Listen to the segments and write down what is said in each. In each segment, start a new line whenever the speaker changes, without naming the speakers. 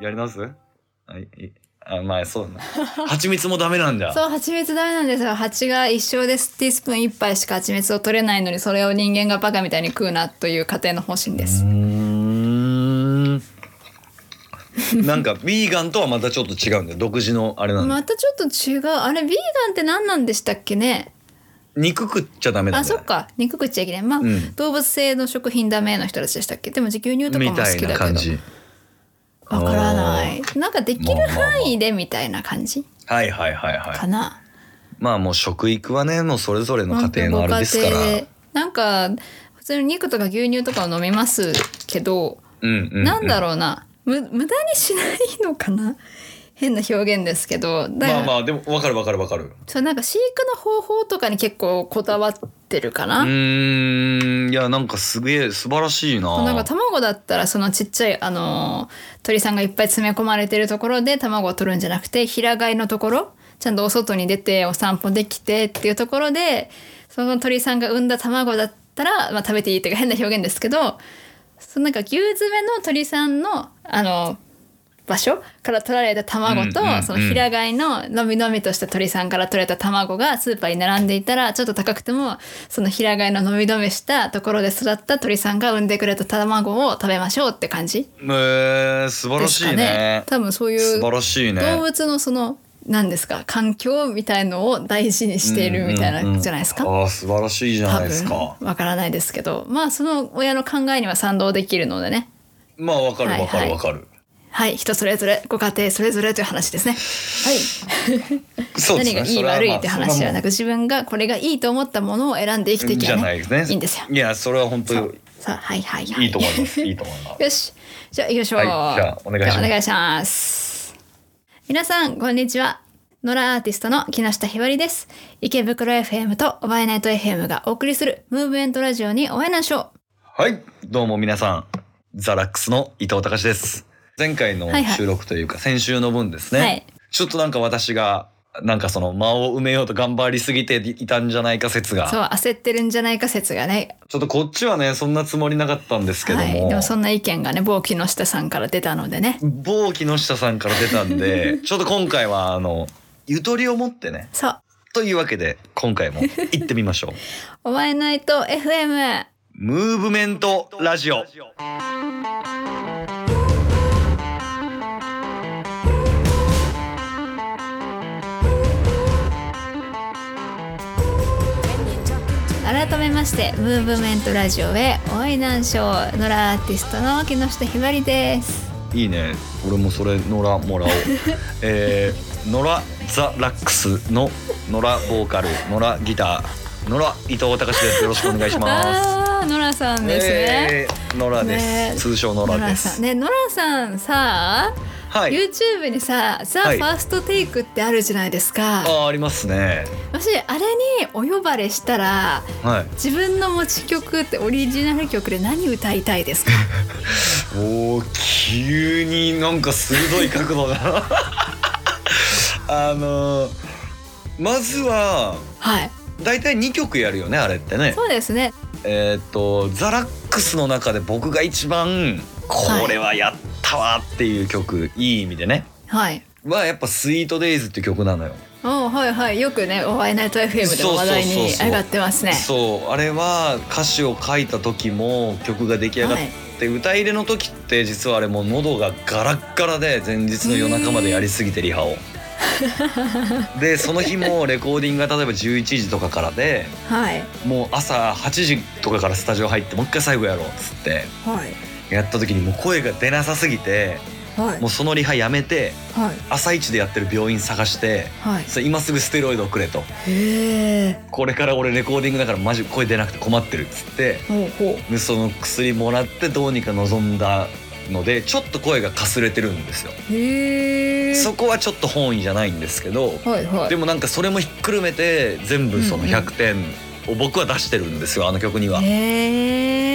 やり直すあいいあまあそうだな 蜂蜜もダメなんだ
そう蜂蜜ダメなんですよ蜂が一生でティースプーン一杯しか蜂蜜を取れないのにそれを人間がバカみたいに食うなという家庭の方針で
う
す、
ーん なんかビーガンとはまたちょっと違うんだよ独自のあれなんだ、
またちょっと違うあれビーガンって何なんでしたっけね
肉食っちゃダメなんだ
あ
よ
そっか肉食っちゃいけないまあ、
うん
動物性の食品ダメの人たちでしたっけでも牛乳とか
み
も好
たい
き
な
だけ
感
ど
じ
わからないなんかできる
まあまあまあ
範囲でみたいな感じ
はいはいはいはい
かな、
まあもう食育はねもうそれぞれの家庭のあれですか
ご
ら
家庭でなんか普通に肉とか牛乳とかを飲みますけど
うんうんうん
なんだろうなむ無駄にしないのかな変な表現ですけどだから
まあまあでもわかるわかるわかる
そうなんか飼育の方法とかに結構こだわってるか
う
な。
ーんいやなんかすげえ素晴らしいな
なんか卵だったらそのちっちゃい、あのー鳥さんがいっぱい詰め込まれてるところで卵を取るんじゃなくて平飼いのところちゃんとお外に出てお散歩できてっていうところでその鳥さんが産んだ卵だったら、まあ、食べていいっていうか変な表現ですけどそのなんか牛詰めの鳥さんの、あのー場所から取られた卵と、
うんうんうん
その平飼いののびのびとした鳥さんから取れた卵がスーパーに並んでいたらちょっと高くてもその平飼いののびのびしたところで育った鳥さんが産んでくれた卵を食べましょうって感じ
えー、素晴
で
ら
す
しい
かね。
ね
多分そうい
素晴
う
らしいね
動物のその何ですか環境みたいのを大事にしているみたい
うんうんう
なんじゃないですか。
ああ素晴らしいじゃ
多
ないですか
分わからないですけどまあその親の考えには賛同できるのでね
まあわかるわか
はいはい
るわかる、
はい人それぞれご家庭それぞれという話ですね。はい
そうです
何
ね
がいい
それはまあ
悪いって話
そ
じ
れ
ゃ
はも
な
う
く自分がこれがいいと思ったものを選んで生きていけ
じゃ
ば
ないですね
いいんですよ。
いやそれは本当
そ
に
うさあはいはいはいい。
いと思いますいいと思います
よしじゃあ行きましょう。
はいじゃあお願いします
じゃあお願いします。皆さんこんにちは。ノラアーティストの木下ひばりです。池袋 FM とオバイナイト FM がお送りするムーブメントラジオにお会いましょ
はい、どうも皆さん、ザラックスの伊藤隆です。前回の
はいはい
収録というか、先週の分です
う。
ね、
はい。
ちょっとなんか私が、なんかその間を埋めようと頑張りすぎていたんじゃないか説
そ
が、
う焦ってるんじゃないか説がね。
ちょっとこっちはね、そんなつもりなかったんですけども、
はい。でもそんな意見がね某木下さんから出たのでね。
某木下さんから出たんで、 ちょっと今回はあの、ゆとりを持ってね、
そう。
というわけで、今回も行ってみましょ う。
オバイナイト FM。
ムーブメントラジオ。
改めましてムーブメントラジオへおいなんしょうノラアーティストの木下ひばりです
いいね俺もそれ野良もらお うえー、野良ザ・ラックスの野良ボーカル野良ギター野良伊藤隆ですよろしくお願いします
ああーノラさん ですね、
えー野良です、
ね
通称野
ノ
良で
ラさん
す、
ねノラさんさ、
はい、
YouTube にさ「ザ・フ
はい
ァーストテイクってあるじゃないですか、
あーありますね
私あれにお呼ばれしたら
はい
自分の持ち曲ってオリジナル曲で何歌いた いですか
おー急になんか鋭い角度だ あのーまずは
はい
だいたい2曲やるよねあれってね
そうですね
えーっとザラックスの中で僕が一番これはやったわっていう曲、い、い意味でね
はい
はやっぱ「スイートデイズっていう曲なのよ。
おーはいはいよくね「お会いナイト FM」でも話題
そうそう
に
そうそう
上がってますね
そうあれは歌詞を書いた時も曲が出来上がっ
はい
て、歌入れの時って実はあれもう喉がガラッガラで前日の夜中までやりすぎてリハを。でその日もレコーディングが例えば11時とかからで
はい
もう朝8時とかからスタジオ入ってもう一回最後やろうっつって
はい
やった時にもう声が出なさすぎて
はい
もうそのリハやめて
はい
朝一でやってる病院探して
はい
それ今すぐステロイドをくれと
へえ
これから俺レコーディングだからマジ声出なくて困ってるっつって
ほうほう
でその薬もらってどうにか望んだのでちょっと声がかすれてるんですよ
へえ
そこはちょっと本意じゃないんですけど
はいはい
でもなんかそれもひっくるめて全部その100点を僕は出してるんですよあの曲には。
へえ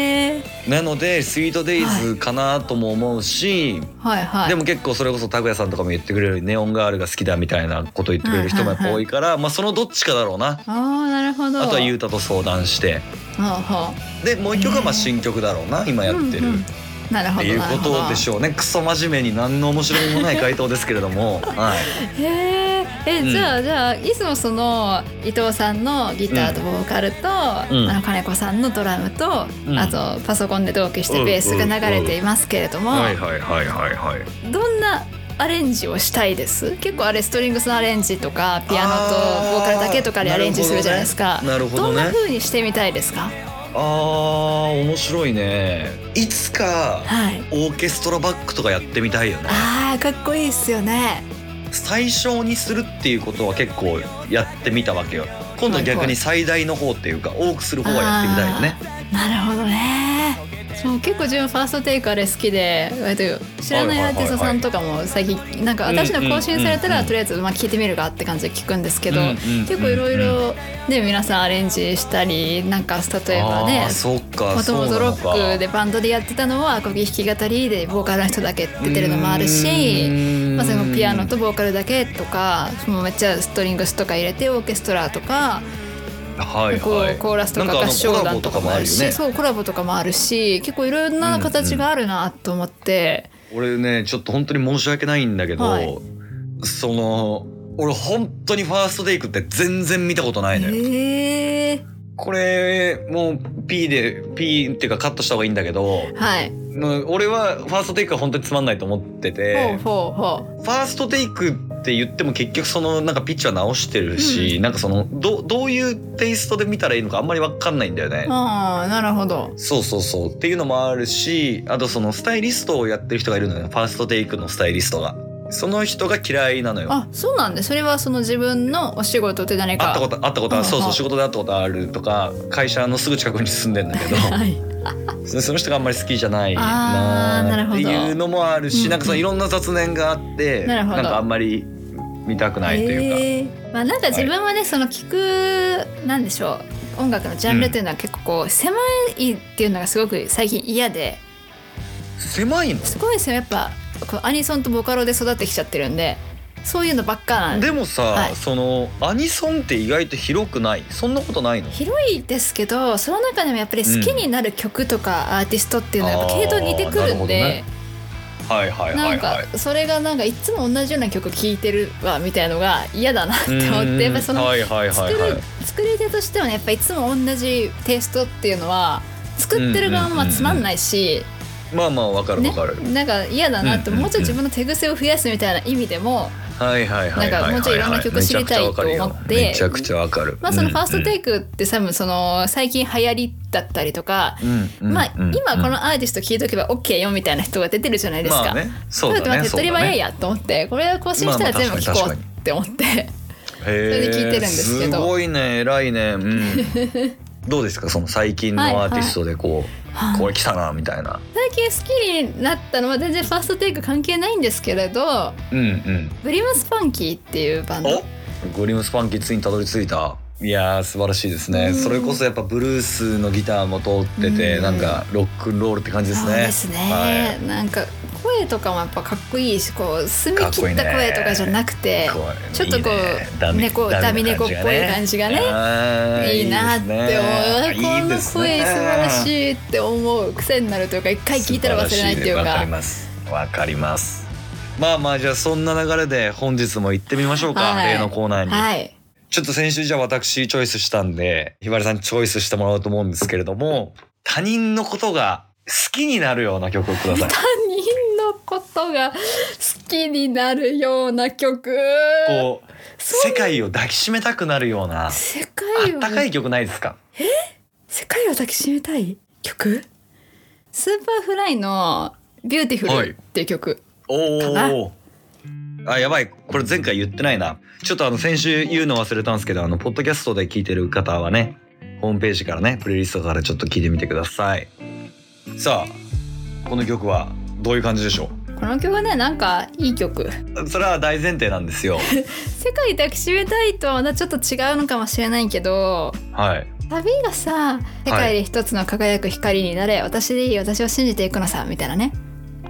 なので「スイートデイズかなとも思うし
はいはい
でも結構それこそ拓哉さんとかも言ってくれるようにネオンガールが好きだみたいなこと言ってくれる人もやっぱ多いから、まあそのどっちかだろうな
ああなるほど
あとは雄
う
太と相談して
はあは
でもう一曲はま
へー
あ新曲だろうな今
あ
やってる、
うんうんなる
っ
ほ
て
ど
いう
なる
こ
ほど
とでしょうねクソ真面目に何の面白みもない回答ですけれどもはい
へーえ、
うん
じゃあじゃあいつもその伊藤さんのギターとボーカル
うん
と、あの金子さんのドラムと、
うん
あとパソコンで同期してベースが流れていますけれども、
はいはいはいはいはい
どんなアレンジをしたいです結構あれストリングスのアレンジとかピアノとボーカルだけとかでアレンジするじゃないですか
あーなるほどね
ん
なるほどね
な風にしてみたいですか
あー面白いねいつか
はい
オーケストラバックとかやってみたいよね
あーかっこいいっすよね
最小にするっていうことは結構やってみたわけよ今度逆に最大の方っていうか多くする方はやってみたいよね
なるほどねそう結構自分ファーストテイクあれ好きで割と知らないアーティストさんとかも最近なんか私の更
う
新された
んうんうんう
ら
ん
とりあえずまあ聞いてみるかって感じで聞くんですけど
うんうんうんうん
結構いろいろね皆さんアレンジしたりなんか例えばね
あーそっか
もとも
そ
と
うな
ロ
のか
ックでバンドでやってたのはアコギ弾き語りでボーカルの人だけ出てるのもある
う
し。
ーん
まあ、それもピアノとボーカルだけとかもうめっちゃストリングスとか入れてオーケストラとか
はい
こう
はい
コーラスと
なん
か
あ
合
の
唱
コラ
団
ボ
と
と
か
か
も
も
あ
あ
る
る
し
よね
そうコラボとかもあるし結構いろんな形があるなと思って、
俺ねちょっと本当に申し訳ないんだけど、
はい
その俺本当にファーストテイクって全然見たことないのよ。
へえ
これもう P で P っていうかカットした方がいいんだけど
はい、
の俺はファーストテイクは本当につまんないと思ってて
ほうほうほ
ファーストテイクって言っても結局そのなんかピッチは直してるし、なんかそのどどういうテイストで見たらいいのかあんまり分かんないんだよね
う。ああなるほど
そうそうそうっていうのもあるしあとそのスタイリストをやってる人がいるのよファーストテイクのスタイリストがその人が嫌いなのよ会っ
あそうなんでそれはその自分のお仕事で誰か
たこと会ったこと
あ
はそう
は
そう
い
仕事で会ったことあるとか会社のすぐ近くに住んでんだけ ど
はい、
そその人があんまり好きじゃない
あーなる
な
ほ
っ
ど
ていうのもあるし、
うん
なんかそのいろんな雑念があって
なるほど
んかあんまり見たくないというか、
えーまあ、なんか自分はね、その聞くなんでしょう音楽のジャンルっていうのは結構こう狭いっていうのがすごく最近嫌で
狭いの
すごいですよやっぱこうアニソンとボカロで育ってきちゃってるんでそういうのばっかなんで
でもさ、
はい
そのアニソンって意外と広くないそんなことないの
広いですけどその中でもやっぱり好きになる曲とかアーティストっていうのはやっぱ
うん
系統似てくるんで、
はいはいは
ないん
はい
かそれがなんかいつも同じような曲聴いてるわみたいのが嫌だなって思ってやっぱその
はいはいは
作
い
る、
はい、
作り手としてはねやっぱいつも同じテイストっていうのは作ってる側もまあつまんないし、
まあまあわかるわかる、
ね、なんか嫌だなって、
うんうんうん
もうちょっと自分の手癖を増やすみたいな意味でも、
はいはいはい
なんかもうちょいいろんな曲知りたいと思って
めちゃくちゃわかる
まあ、そのファーストテイ
ク、
クって多分その最近流行りだったりとか、
うんうんうん
まあ、
うん
今このアーティスト聴いとけば OK よみたいな人が出てるじゃないですか。
まあねそう
だってま
だね
あ手っ
そう
取り
だ
早い
ね
やと思ってこれは更新したら全部聞こうって思って、
それ
それで聞いてるんですけど
すごいね偉いねうん どうですかその最近のアーティストでこう、
はいはい
これ来たなみたいな
最近好きになったのは全然ファーストテイク関係ないんですけれど
うんうん
ブリムスパンキーっていうバンド
おグリムスパンキーついにたどり着いたいやー素晴らしいですね、
うん
それこそやっぱブルースのギターも通ってて、
うん
なんかロックンロールって感じですね
そうですね、
は
なんか声とかもやっぱかっこいいしこう澄み
かっこい
切
い
っ
ね
た声とかじゃなくて
こう
ちょっとこう
いい
猫ダミ猫っぽい感じがね
あー
いいなって思う、
ですね
この声素晴らし
い
いって思う癖になるというか一回聞いたら忘れないっていう
わ
か
かりますわかりますまあまあじゃあそんな流れで本日も行ってみましょうか、
はい
例のコーナーに、
はい
ちょっと先週じゃあ私チョイスしたんでひばりさんチョイスしてもらおうと思うんですけれども他人のことが好きになるような曲をください
他人のことが好きになるような曲
こう
そ
世界を抱きしめたくなるようなあ
世界
っ
を
たかい曲ないですか
世界を抱きしめたい曲スーパーフライの「ビューティフル」っていう曲、
お
か
お。あ、やばい。これ前回言ってないな。ちょっとあの先週言うの忘れたんですけど、あのポッドキャストで聞いてる方はね、ホームページからね、プレイリストからちょっと聞いてみてください。さあ、この曲はどういう感じでしょ
この曲はねなんかいい曲
う。それは大前提なんです よ。
世界抱きしめたいとはまたちょっと違うのかもしれないけど
はい。
サビがさ「世界で一つの輝く光になれ、私でいい私を信じていくのさ」みたいなね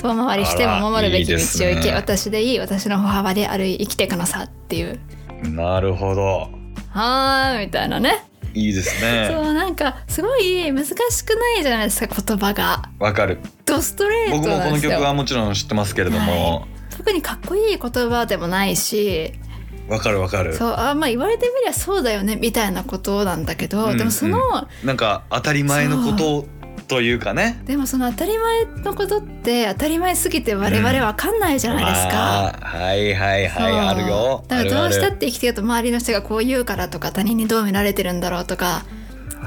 遠回りしても守るべき道を行
あ
け
らいいですね
私でいい私の歩幅で歩い生きていくのさっていう
なるほど。
「はーい」みたいなね
いいです
そ
ね
うなんかすごい難しくないじゃないですか言葉が
わかる
ドストレー
僕
ト
も
な
こ
んで
の
す
曲
よ
はもちろん知ってますけれども
特にかっこいい言葉でもないし
わ、かるわかる
そうあまあ言われてみりゃそうだよねみたいなことなんだけど、
うん
でもその、
なんか当たり前のことというかね
でもその当たり前のことって当たり前すぎて我々わかんないじゃないですか。
あーはいはいはい
そう
あるよ
だからどうした
あ
っ
る
て生きてると周りの人がこう言うからとか他人にどう見られてるんだろうとか、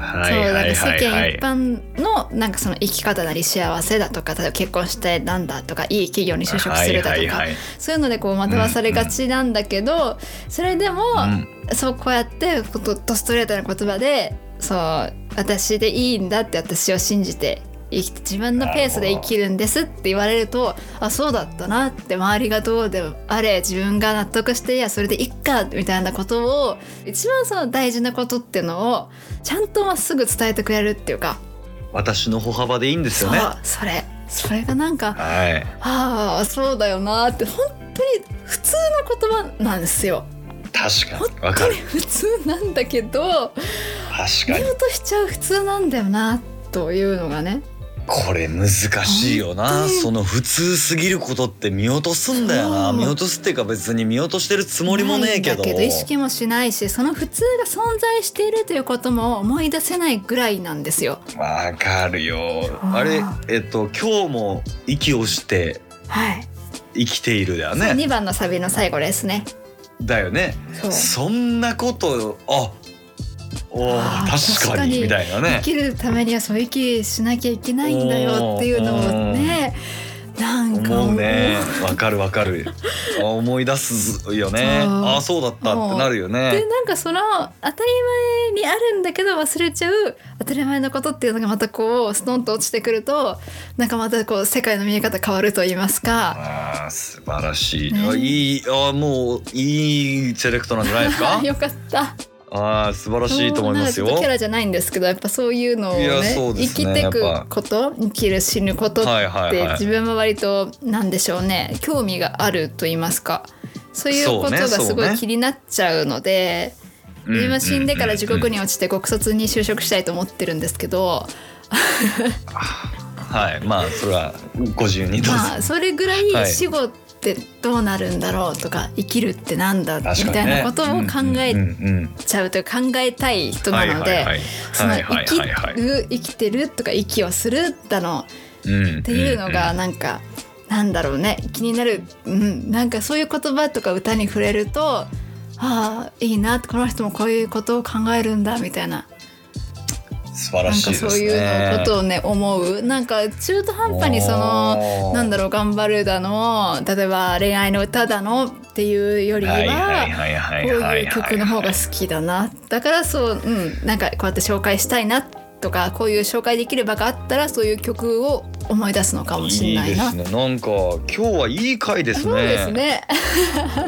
あるは
そうだか
い
ら
はいはいは
世
い
間一般のなんかその生き方なり幸せだとか例えば結婚してなんだとかいい企業に就職するだとか、
はいはいはい
そういうのでこう惑わされがちなんだけど、それでも、
うん
そうこうやってこととストレートな言葉でそう私でいいんだって私を信じて生きて自分のペースで生きるんですって言われるとあそうだったなって周りがどうでもあれ自分が納得していやそれでいっかみたいなことを一番その大事なことっていうのをちゃんとまっすぐ伝えてくれるっていうか
私の歩幅でいいんです
そう
よね
それそれがなんか
はい
ああそうだよなって本当に普通の言葉なんですよ
確かにわか
本当
る
に普通なんだけど
確
見
かに
落としちゃう普通なんだよなというのがね
これ難しいよ
本
な
当に
その普通すぎることって見落とすんだよな
そう
見落とすっていうか別に見落としてるつもりもねえけど
ないんだ意識もしないしその普通が存在しているということも思い出せないぐらいなんですよ。
わかるよ
あー
あれえっと今日も息をして
はい、
生きているだよね
2番のサビの最後ですね。
だよね
そう
そんなことあおー
あ
確
ー確
か
か
に
に
みたいな
生
ね
きるためにはそう息しなきゃいけないんだよっていうのをねなんか
思うねわかるわかるあ思い出すよね
そう
あそうだったってなるよ
で
ね
なんかその当たり前にあるんだけど忘れちゃう当たり前のことっていうのがまたこうストンと落ちてくるとなんかまたこう世界の見え方変わると言いますか。
あー素晴らしい、
ね
あいいあもういいセレクトなんじゃないです か
よかった。
あー素晴らしいと思いますよ
そうなんかちょっとキャラじゃないんですけど、やっぱそういうの
い
をね、
やそうで
生
すね
きてく
やっぱ
こと、生きる死ぬことっ
はいはい
て
はい
自分は割となんでしょうね、興味があると言いますか。そういうことが
そうね
すご
そうね
い気になっちゃうので、
うん
自分は死んでから地獄に落ちて極卒に就職したいと思ってるんですけど、
はいまあそれはご自由にどうぞ、
まあそれぐら
はい
い死後ってどうなるんだろうとか、生きるってなんだみ
確かにね
たいなことを考
うんう
え
んうんうん
ちゃうというか考えたい人なので。
はい
その
はいは
生
い
き
はいはいはい
る生きてるとか息をするだの
うん
っていうのが
ん
なんか、なんだろうね気になる、うん、なんかそういう言葉とか歌に触れるとああいいなこの人もこういうことを考えるんだみたいな
うん素晴
な
ら
ん
しい
か
です
そ
ね
ういうことをね思うなんか中途半端にその
おー
なんだろう頑張るだの例えば恋愛の歌だのっていうよりは。
はいはいはいはい
こう
はいいう
曲の方が好きだなだからそううんなんかこうやって紹介したいなとかこういう紹介できる場があったらそういう曲を思い出すのかもしれないな。
いいですねなんか今日はいい回ですね
そうですね。
あ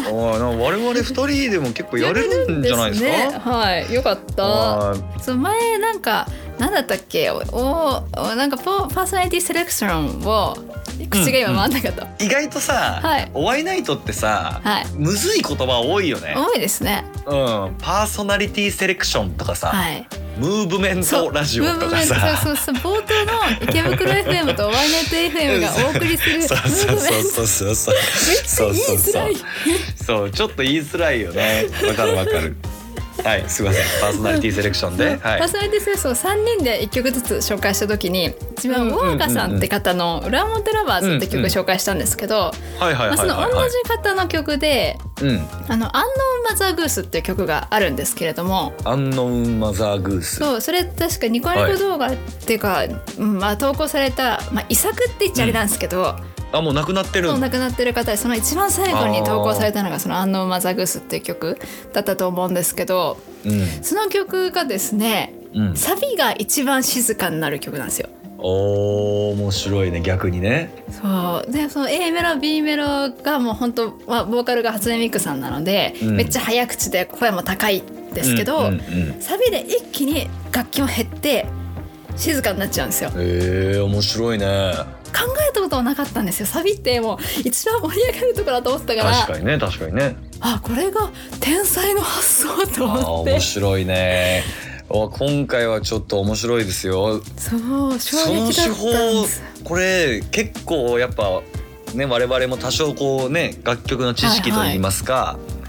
ーなんか我々二人でも結構やれるんじゃないですか
ね はい、よかった。
あー
そう前なんかなんだったっけ、おおなんかパパーソナリティセレクションを口が今回んなかった。
意外とさ、
はい
お会いナイトってさ、
はい。
むずい言葉多いよね、
多いですね。
うん、パーソナリティセレクションとかさ、
はい。
ムーブメン
そ
ト
う
ラジオとかさ
ムーブメントそうそうそう冒頭の池袋 FM とワイネット FM がお送りするム
そう
ー
そう
ブメン
そうそう そうそう
トめっちゃ
そ
言
う
いづ
そ
らいう
そうちょっと言いづらいよねわかるわかるはいすいませんパーソナリティセレクションで、はい
パー、ソナリティセレクション3人で1曲ずつ紹介した時に自
うん
分
うん
は
うんうん
ウォーカさんって方の「裏表ラバーズ」って曲紹介したんですけど、
はいはい
まあ、
は
そ
い
の
はい
同
はい
じ方の曲で
うん
「あのアンノーンマザーグース」っていう曲があるんですけれども
アンノウンマザーグース
そうそれ確かニコニコ動画っていうか、うんまあ、投稿された、まあ、遺作って言っちゃあれなんですけど、
あもうなくなってる
そうん
だ
亡くなってる方でその一番最後に投稿されたのがその「アンノーンマザーグース」っていう曲だったと思うんですけど
うん
その曲がですね
うん
サビが一番静かになる曲なんですよ。
おー面白いね逆にね
そうでその A メロ B メロがもう本当まあボーカルが初音ミクさんなので、
うん
めっちゃ早口で声も高いですけど、
うんうんうん
サビで一気に楽器も減って静かになっちゃうんですよ考
へえ面白いね
えたことはなかったんですよサビってもう一番盛り上がるところだと思ってたから
確かにね確かにね
あこれが天才の発想と
あー
思って
面白いねお今回はちょっと面白いですよ
そう衝
その
撃
手
だったん
法
です
これ結構やっぱね我々も多少こうね楽曲の知識といいますか、
はい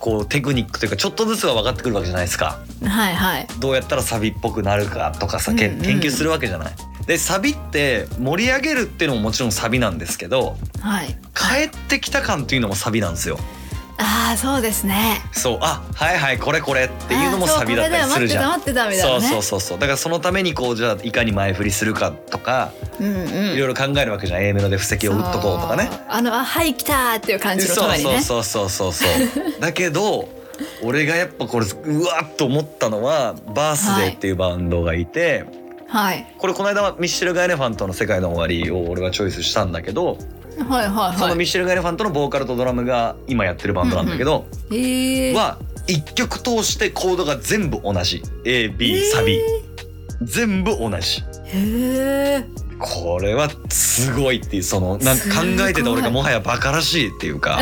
こうテクニックというかちょっとずつは分かってくるわけじゃないですか
はいはい
どうやったらサビっぽくなるかとかさ、け
うんうん
研究するわけじゃない。でサビって盛り上げるっていうのももちろんサビなんですけど
はい
帰ってきた感っていうのもサビなんですよ。
ああそうですね
そうあはいはいこれこれっていうのもサビだったりするじゃん。
あーそうこれだよ待ってた
そう
待ってたみたいなね
そうそうそうだからそのためにこうじゃあいかに前振りするかとか
うんうん
いろいろ考えるわけじゃん A メロで布石を打っとこうとかね
そ。うあのあはい来たーっていう感じのた
そう
めに
そう
ね
そうそうそうそう だけど俺がやっぱこれうわっと思ったのはバースデーっていうバンドがいて、
はい
これこの間はミッシェル・ガエレファントの「世界の終わり」を俺はチョイスしたんだけど、
はい
そ
はい
の
は
ミッシェル・ガエレファントのボーカルとドラムが今やってるバンドなんだけど、
いへー
は1曲通してコードが全部同じ AB サビ、
へ
全部同じ。
へえ
これはすごいっていうそのなん
す
か考
ごい
えてた俺がもはやバカらしいっていう か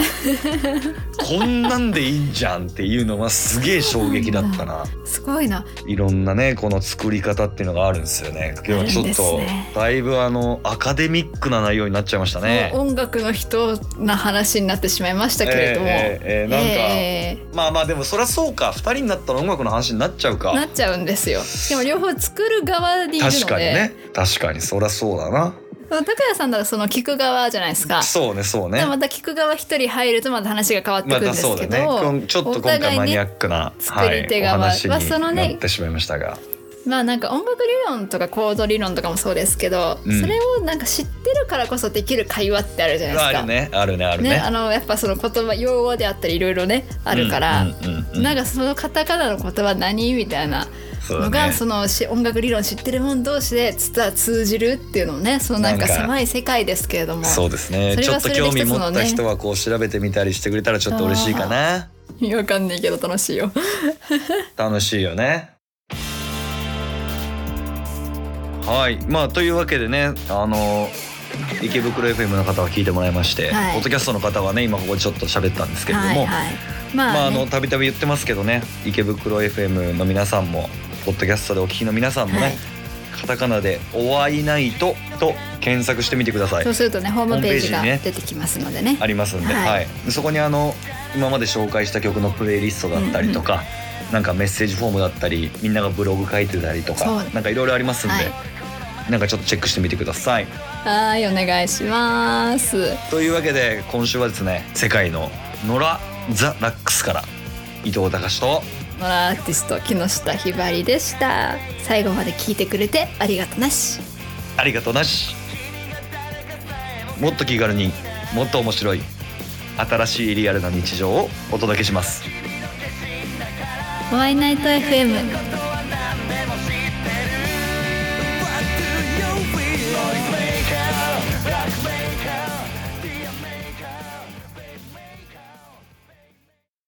こんなんでいいんじゃんっていうのはすげえ衝撃だったな。
すごいない
ろんなねこの作り方っていうのがあるんですよね。今日
あるん
ちょ
で
っ
す
と
ね
だいぶあのアカデミックな内容になっちゃいましたね。
音楽の人な話になってしまいましたけれども、
ええええええなんか、
え
まあまあでもそりゃそうか2人になったら音楽の話になっちゃう
え
か
なっちゃうんですよでも両方作る側にいるので
確かにね確かにそりゃそうだな
そう高谷さんだらその聞く側じゃないですか
そうねそうね
でまた聞く側一人入るとまた話が変わって
ま
くるん
た
です
そう
け
だ
ど、
ねこんちょっと今
お互
回
いね
マニアックな、
作り手側
お話に
まあそのね
なってしまいましたが、
まあなんか音楽理論とかコード理論とかもそうですけど、
うん
それをなんか知ってるからこそできる会話ってあるじゃないです
あ
か。
るねあるねあるね
ねあのやっぱその言葉用語であったりいろいろねあるから、
うんうんうんうん
なんかそのカタカナの言葉何みたいな
そうだ
の
ね
がそのし音楽理論知ってる者同士でつた通じるっていうのもねそのなんか
なんか
狭い世界ですけれども
そうですね
それ
ちょ
は
っと
それで
興味
一つ
持
のね
った人はこう調べてみたりしてくれたらちょっと嬉しいかな
意味わかんないけど楽しいよ。
楽しいよねはいまあというわけでねあの池袋 FM の方は聞いてもらいまして、
はい
ポッドキャストの方はね今ここでちょっと喋ったんですけれども、
はいはい、まあ、ね
まああのたびたび言ってますけどね池袋 FM の皆さんもポッドキャストでお聞きの皆さんもね、
はい
カタカナで「お会いないと」と検索してみてください
そうするとねホームページ
ホームページ
が
にね
出てきますのでね。
ありますんで、は
はいい
そこにあの今まで紹介した曲のプレイリストだったりとか、なんかメッセージフォームだったりみんながブログ書いてたりとか
そう
なんかいろいろありますんで、
は
なんかちょっとチェックしてみてください。
はいお願いします。
というわけで今週はですね世界のノラ・ザ・ラックスから伊藤隆と
ノラアーティスト木下ひばりでした最後まで聞いてくれてありがとなし
ありがとうなしもっと気軽にもっと面白い新しいリアルな日常をお届けします
ワイナイト FM